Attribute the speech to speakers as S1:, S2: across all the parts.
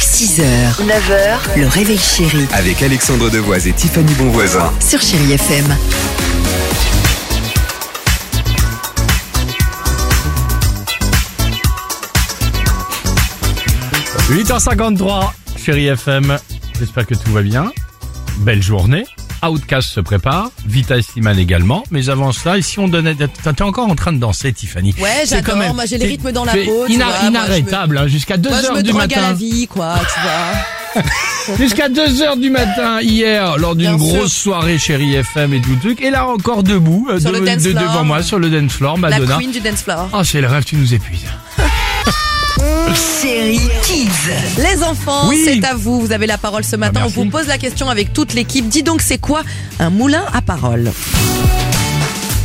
S1: 6h, 9h, le réveil chéri
S2: Avec Alexandre Devoise et Tiffany Bonvoisin.
S1: sur Chérie FM.
S3: Mmh. 8h53, chérie FM. J'espère que tout va bien. Belle journée. Outcast se prépare. Vita Slimane également. Mais avant cela, ici on donnait. T'es encore en train de danser, Tiffany.
S4: Ouais,
S3: C'est
S4: j'adore.
S3: quand même-
S4: Moi, j'ai les
S3: t'es-
S4: rythmes dans la
S3: t'es
S4: peau, tu
S3: ina-
S4: vois. Moi,
S3: inarrêtable, hein, jusqu'à
S4: Moi, je
S3: 2h
S4: me
S3: du
S4: drogue à la
S3: matin.
S4: vie, quoi, tu vois.
S3: Jusqu'à 2h du matin hier, lors d'une
S4: Bien sûr.
S3: grosse soirée chérie FM et tout le truc. Et là encore debout, euh,
S4: Sur
S3: de-
S4: le dance
S3: de-
S4: floor.
S3: devant moi, sur le dance floor,
S4: La
S3: Madonna.
S4: queen du dance floor.
S3: Ah, c'est le rêve, tu nous épuises.
S1: Chérie Kids.
S4: Les enfants,
S3: Oui.
S4: c'est à vous. Vous avez la parole ce
S3: Ah,
S4: matin. On
S3: merci.
S4: vous pose la question avec toute l'équipe. Dis donc, c'est quoi un moulin à parole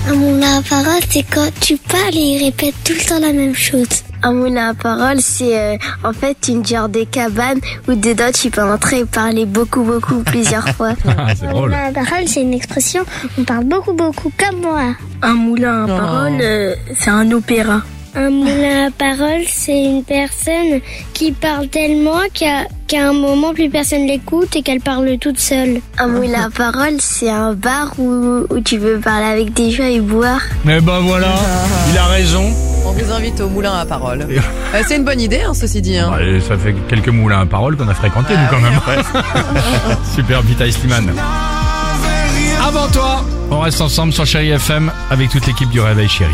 S5: Un moulin à parole, c'est quand tu parles et il répète tout le temps la même chose. Un moulin à parole, c'est euh, en fait une genre de cabane où dedans tu peux entrer et parler beaucoup, beaucoup, plusieurs fois.
S3: Ah, c'est drôle.
S5: à parole, c'est une expression, on parle beaucoup, beaucoup, comme moi. Un moulin à parole, euh, c'est un opéra. Un moulin à parole, c'est une personne qui parle tellement qu'à un moment, plus personne l'écoute et qu'elle parle toute seule. Un moulin à parole, c'est un bar où, où tu peux parler avec des gens et boire.
S3: Eh ben voilà, il a raison.
S4: On vous invite au moulin à parole.
S3: Et-
S4: Euh, c'est une bonne idée, hein, ceci dit. hein.
S3: Bah, euh, ça fait quelques moulins à parole qu'on a fréquenté, nous, quand même. Super, Vita Slimane. Avant toi, on reste ensemble sur Chéri FM avec toute l'équipe du Réveil Chéri.